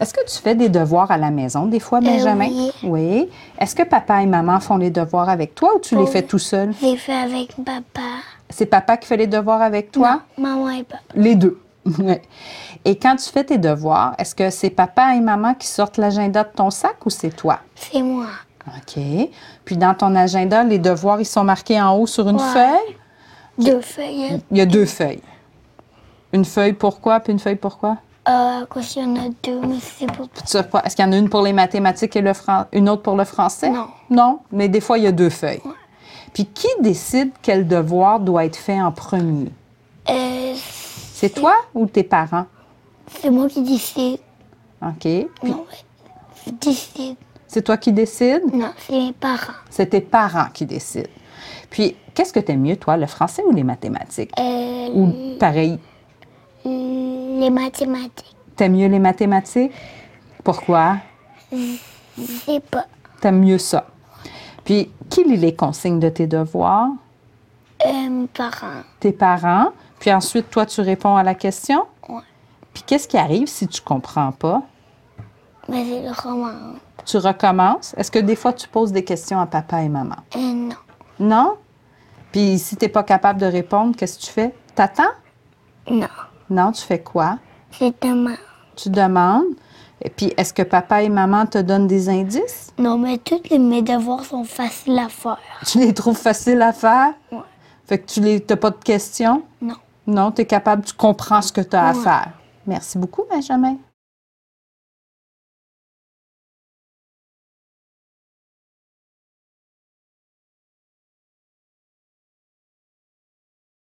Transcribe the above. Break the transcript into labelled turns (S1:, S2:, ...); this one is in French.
S1: Est-ce que tu fais des devoirs à la maison des fois, Benjamin?
S2: Euh, oui.
S1: Est-ce que papa et maman font les devoirs avec toi ou tu les
S2: Oui.
S1: fais tout seul?
S2: J'ai fait avec papa,
S1: C'est papa qui fait les devoirs avec toi?
S2: maman et papa.
S1: Les deux. Ouais. Et quand tu fais tes devoirs, est-ce que c'est papa et maman qui sortent l'agenda de ton sac ou c'est toi?
S2: C'est moi.
S1: OK. Puis dans ton agenda, les devoirs, ils sont marqués en haut sur une
S2: Ouais.
S1: feuille.
S2: Deux feuilles.
S1: Il y a deux feuilles. Une feuille pour quoi, puis une feuille pour quoi?
S2: Euh, quoi s'il y en a deux, mais c'est pour
S1: Puis tu sais quoi? Est-ce qu'il y en a une pour les mathématiques et le fran- une autre pour le français?
S2: Non.
S1: Non, mais des fois, il y a deux feuilles. Puis qui décide quel devoir doit être fait en premier?
S2: Euh,
S1: C'est toi ou tes parents?
S2: c'est moi qui décide.
S1: OK. Puis
S2: Non, je décide.
S1: c'est toi qui décides?
S2: Non, c'est mes parents.
S1: C'est tes parents qui décident. Puis, qu'est-ce que t'aimes mieux, toi, le français ou les mathématiques?
S2: Euh,
S1: Ou pareil,
S2: les mathématiques.
S1: t'aimes mieux les mathématiques? Pourquoi?
S2: C'est pas.
S1: T'aimes mieux ça. Puis, qui lit les consignes de tes devoirs?
S2: Euh, mes parents.
S1: Tes parents. Puis ensuite, toi, tu réponds à la question?
S2: Ouais.
S1: Puis, qu'est-ce qui arrive si tu comprends pas?
S2: Mais c'est le roman.
S1: Tu recommences? Est-ce que des fois, tu poses des questions à papa et maman?
S2: Euh, non.
S1: Non? Puis, si t'es pas capable de répondre, qu'est-ce que tu fais? T'attends?
S2: Non.
S1: Non, tu fais quoi?
S2: C'est demain.
S1: tu demandes. Et puis, est-ce que papa et maman te donnent des indices?
S2: Non, mais tous les, mes devoirs sont faciles à faire.
S1: Tu les trouves faciles à faire?
S2: Ouais.
S1: Fait que tu n'as pas de questions?
S2: Non.
S1: Non, tu es capable, tu comprends ce que tu as à
S2: Ouais.
S1: faire. Merci beaucoup, Benjamin.